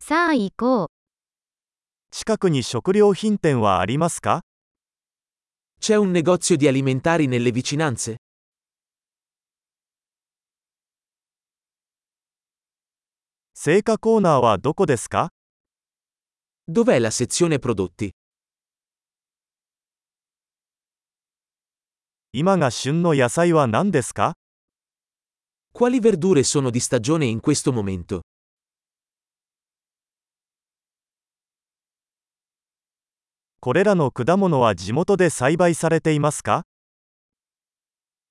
さあ行こう。近くに食料品店はありますか C'è un negozio di alimentari nelle vicinanze? 青果コーナーはどこですか Dov'è la sezione prodotti? 今が旬の野菜は何ですか Quali verdure sono di stagione in questo momento? これらの果物は地元で栽培されていますか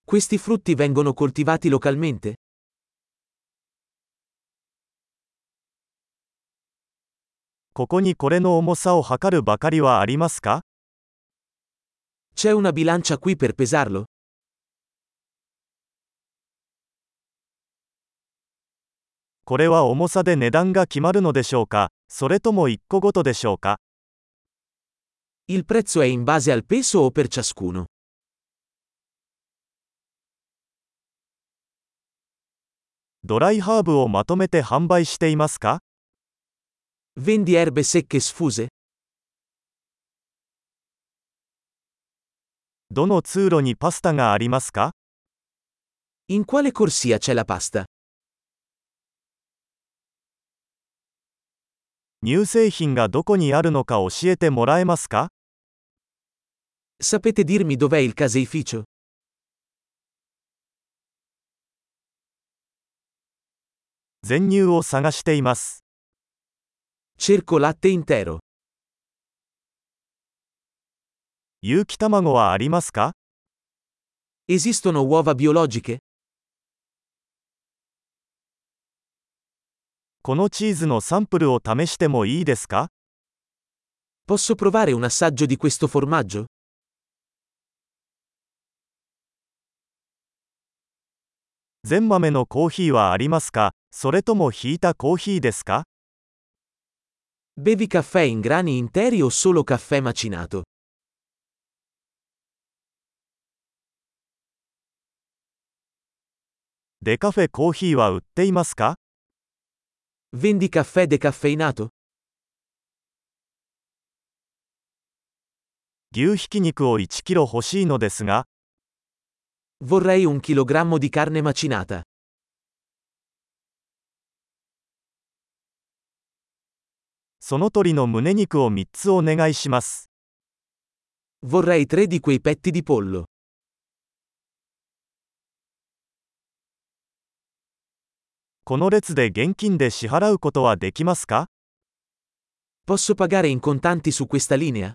Questi frutti vengono coltivati localmente? ここにこれの重さを測るばかりはありますか C'è una bilancia qui per pesarlo? これは重さで値段が決まるのでしょうかそれとも1個ごとでしょうか Il prezzo è in base al peso o per ciascuno? ドライハーブをまとめて販売していますか Vendi erbe secche sfuse? どの通路にパスタがありますか In quale corsia c'è la pasta? 乳製品がどこにあるのか教えてもらえますか Sapete dirmi dov'è il caseificio? 全乳を探しています。 Cerco latte intero. 有機卵はありますか Esistono uova biologiche? このチーズのサンプルを試してもいいですか Posso provare un assaggio di questo formaggio? 全豆のコーヒーはありますかそれともひいたコーヒーですか Bevi caffè in grani interi o solo caffè macinato? デカフェコーヒーは売っていますか Vendi caffè decaffeinato? 牛ひき肉を1キロ欲しいのですが、 Vorrei un chilogrammo di carne macinata. その鳥の胸肉を3つお願いします。 Vorrei tre di quei petti di pollo. この列で現金で支払うことはできますか Posso pagare in contanti su questa linea?